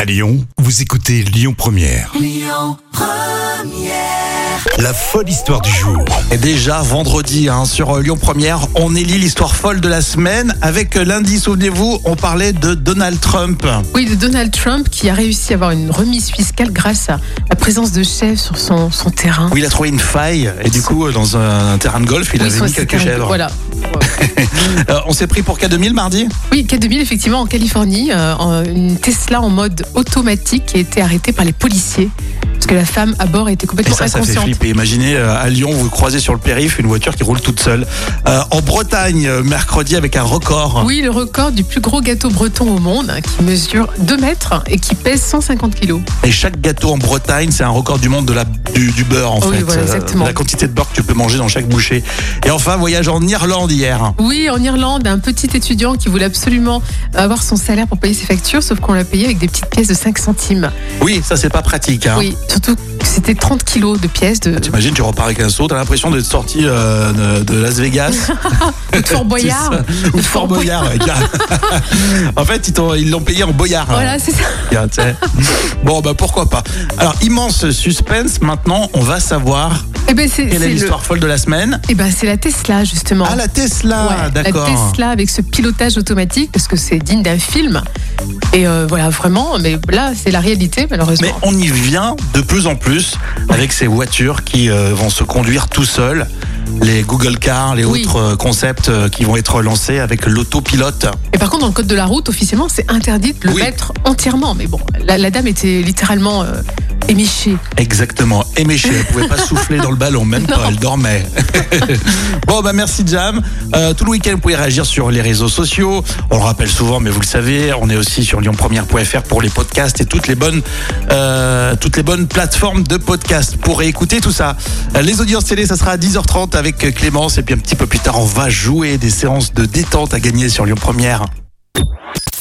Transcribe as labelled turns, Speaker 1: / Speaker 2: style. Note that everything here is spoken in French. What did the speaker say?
Speaker 1: À Lyon, vous écoutez Lyon Première. Lyon Première. La folle histoire du jour.
Speaker 2: Et déjà vendredi hein, sur Lyon Première, on élit l'histoire folle de la semaine. Avec euh, lundi, souvenez-vous, on parlait de Donald Trump.
Speaker 3: Oui, de Donald Trump qui a réussi à avoir une remise fiscale grâce à la présence de chèvres sur son, son terrain.
Speaker 2: Où il a trouvé une faille et du coup, euh, dans un terrain de golf, il
Speaker 3: Oui,
Speaker 2: avait
Speaker 3: soit
Speaker 2: mis
Speaker 3: c'est
Speaker 2: quelques
Speaker 3: un-
Speaker 2: chèvres.
Speaker 3: Voilà.
Speaker 2: Euh, on s'est pris pour K2000 mardi.
Speaker 3: Oui, K2000, effectivement, en Californie, euh, en- une Tesla en mode automatique qui a été arrêtée par les policiers parce que la femme à bord était
Speaker 2: Et
Speaker 3: complètement
Speaker 2: ça, ça fait
Speaker 3: inconsciente.
Speaker 2: flipper. Imaginez euh, à Lyon, vous croisez sur le périph' une voiture qui roule toute seule. Euh, en Bretagne, euh, mercredi, avec un record.
Speaker 3: oui, le record du plus gros gâteau breton au monde, hein, qui mesure 2 mètres et qui pèse 150 kilos.
Speaker 2: Et chaque gâteau en Bretagne, c'est un record du monde de la, du, du beurre, en
Speaker 3: Oui,
Speaker 2: fait.
Speaker 3: voilà,
Speaker 2: Euh,
Speaker 3: exactement.
Speaker 2: La quantité de beurre que tu peux manger dans chaque bouchée. Et enfin, voyage en Irlande hier.
Speaker 3: Oui, en Irlande, un petit étudiant qui voulait absolument avoir son salaire pour payer ses factures, sauf qu'on l'a payé avec des petites pièces de 5 centimes.
Speaker 2: Oui, ça c'est pas pratique. Hein.
Speaker 3: Oui, surtout que c'était 30 kilos de pièces de, de
Speaker 2: T'imagines, tu repars avec un saut, t'as l'impression d'être sorti euh, de, de Las Vegas.
Speaker 3: Fort
Speaker 2: C'est
Speaker 3: Boyard.
Speaker 2: ça. Ou de Fort Boyard. ouais, car- en fait, ils t'ont- ils l'ont payé en Boyard. hein.
Speaker 3: Voilà, c'est ça.
Speaker 2: Tiens, tu sais. Bon, bah pourquoi pas. Alors, immense suspense. Maintenant, on va savoir
Speaker 3: Eh ben, c'est
Speaker 2: quelle est
Speaker 3: c'est le-
Speaker 2: l'histoire folle de la semaine.
Speaker 3: eh ben, c'est la Tesla, justement.
Speaker 2: Ah, la Tesla,
Speaker 3: Ouais,
Speaker 2: d'accord.
Speaker 3: La Tesla avec ce pilotage automatique, parce que c'est digne d'un film. Et euh, voilà, vraiment, mais là, c'est la réalité, malheureusement.
Speaker 2: Mais on y vient de plus en plus avec ces voitures qui euh, vont se conduire tout seules. Les Google Cars, les
Speaker 3: Oui.
Speaker 2: autres euh, concepts euh, qui vont être lancés avec l'autopilote.
Speaker 3: Et par contre, dans le code de la route, officiellement, c'est interdit de le
Speaker 2: Oui.
Speaker 3: mettre entièrement. Mais bon, la, la dame était littéralement euh, éméchée.
Speaker 2: Exactement. Éméchée, elle pouvait pas souffler dans le ballon, même pas, elle dormait. bon, bah merci Jam. Euh, tout le week-end, vous pouvez réagir sur les réseaux sociaux. On le rappelle souvent, mais vous le savez, on est aussi sur lyonpremière.fr pour les podcasts et toutes les bonnes, euh, toutes les bonnes plateformes de podcasts pour écouter tout ça. Euh, Les audiences télé, ça sera à 10h30 avec Clémence. Et puis un petit peu plus tard, on va jouer des séances de détente à gagner sur Lyon Première.